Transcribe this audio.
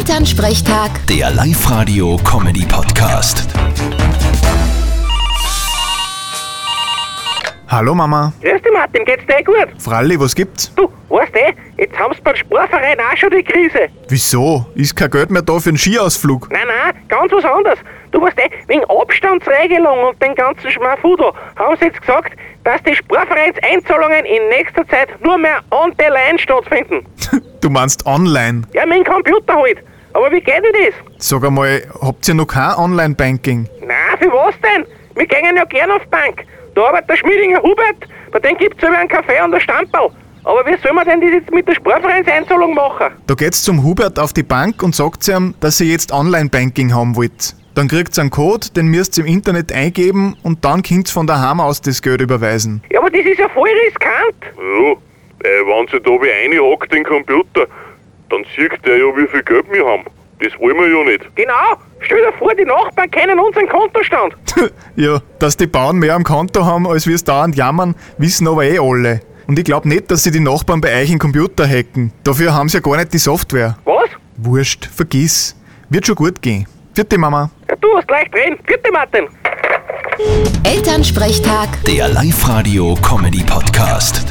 Elternsprechtag, Der Live-Radio-Comedy-Podcast. Hallo Mama. Grüß dich Martin, geht's dir eh gut? Fralli, was gibt's? Du, weißt eh, jetzt haben's beim Sportverein auch schon die Krise. Wieso? Ist kein Geld mehr da für einen Skiausflug? Nein, nein, ganz was anderes. Du weißt eh, wegen Abstandsregelung und den ganzen Schmafudo haben sie jetzt gesagt, dass die Sportvereinseinzahlungen in nächster Zeit nur mehr on the line stattfinden. Du meinst online. Ja, mit dem Computer halt. Aber wie geht denn das? Sag einmal, habt ihr noch kein Online-Banking? Na, für was denn? Wir gehen ja gern auf die Bank. Da arbeitet der Schmiedinger Hubert, bei dem gibt's über einen Kaffee und ein Stammbau. Aber wie soll man denn das jetzt mit der Sportvereinseinzahlung machen? Da geht's zum Hubert auf die Bank und sagt ihm, dass ihr jetzt Online-Banking haben wollt. Dann kriegt ihr einen Code, den müsst ihr im Internet eingeben und dann könnt ihr von daheim aus das Geld überweisen. Ja, aber das ist ja voll riskant. Ja, äh, wenn sie da wie reinhackt den Computer, dann sieht der ja, wie viel Geld wir haben. Das wollen wir ja nicht. Genau, stell dir vor, die Nachbarn kennen unseren Kontostand. ja, dass die Bauern mehr am Konto haben, als wir es dauernd jammern, wissen aber eh alle. Und ich glaube nicht, dass sie die Nachbarn bei euch den Computer hacken. Dafür haben sie ja gar nicht die Software. Was? Wurscht, vergiss. Wird schon gut gehen. Vierte Mama. Ja, du hast leicht reden. Vierte Martin. Elternsprechtag. Der Live-Radio-Comedy-Podcast.